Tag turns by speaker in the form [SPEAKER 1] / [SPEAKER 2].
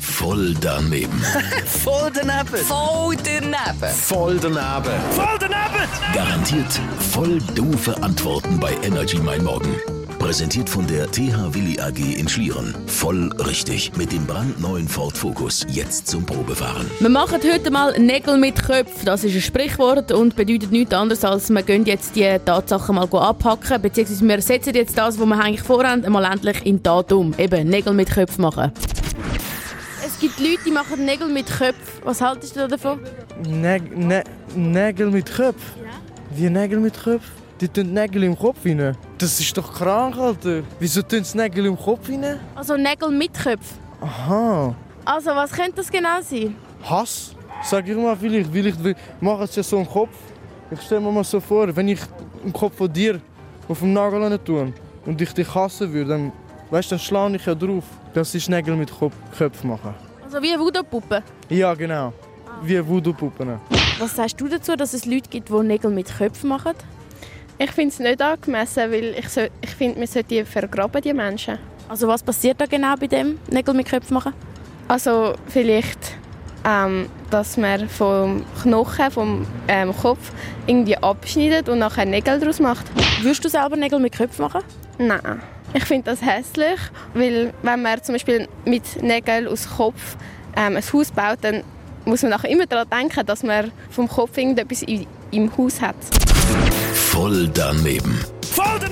[SPEAKER 1] Voll daneben.
[SPEAKER 2] Voll daneben.
[SPEAKER 3] Voll daneben.
[SPEAKER 1] Voll daneben.
[SPEAKER 2] Voll daneben!
[SPEAKER 1] Garantiert voll doofe Antworten bei Energy Mein Morgen. Präsentiert von der TH Willi AG in Schlieren. Voll richtig. Mit dem brandneuen Ford Focus. Jetzt zum Probefahren.
[SPEAKER 4] Wir machen heute mal Nägel mit Köpfen. Das ist ein Sprichwort und bedeutet nichts anderes, als wir gehen jetzt die Tatsachen mal abhacken, beziehungsweise wir setzen jetzt das, was wir eigentlich vorhaben, mal endlich in Tat um. Eben, Nägel mit Köpfen machen. Es gibt Leute, die machen Nägel mit Köpfen. Was haltest du davon?
[SPEAKER 5] Näg Nä ne-, Nägel mit Köpf? Wie Nägel mit Köpf? Die tun Nägel im Kopf rein. Das ist doch krank, Alter. Wieso tun sie Nägel im Kopf rein?
[SPEAKER 4] Also Nägel mit Köpfen.
[SPEAKER 5] Aha.
[SPEAKER 4] Also, was könnte das genau sein?
[SPEAKER 5] Hass? Sag ich mal vielleicht, vielleicht will- machen sie so einen Kopf. Ich stelle mir mal so vor, wenn ich einen Kopf von dir auf dem Nagel rein tue und ich dich hassen würde, dann, weißt, dann schlage ich ja drauf. Das ist Nägel mit Kopf, Köpf machen.
[SPEAKER 4] Also wie eine Voodoo-Puppe.
[SPEAKER 5] Ja, genau. Wie ne? Voodoo-Puppen.
[SPEAKER 4] Was sagst du dazu, dass es Leute gibt, die Nägel mit Köpfen machen?
[SPEAKER 6] Ich finde es nicht angemessen, weil ich, so, ich finde, man sollte die vergraben, die Menschen.
[SPEAKER 4] Also was passiert da genau bei dem, Nägel mit Köpfen machen?
[SPEAKER 6] Also vielleicht, ähm, dass man vom Knochen, vom ähm, Kopf irgendwie abschneidet und nachher Nägel daraus macht.
[SPEAKER 4] Würdest du selber Nägel mit Köpfen machen?
[SPEAKER 6] Nein. Ich finde das hässlich, weil wenn man zum Beispiel mit Nägeln aus Kopf ähm, ein Haus baut, dann muss man nachher immer daran denken, dass man vom Kopf irgendetwas i- im Haus hat.
[SPEAKER 1] Voll daneben.
[SPEAKER 2] Voll daneben!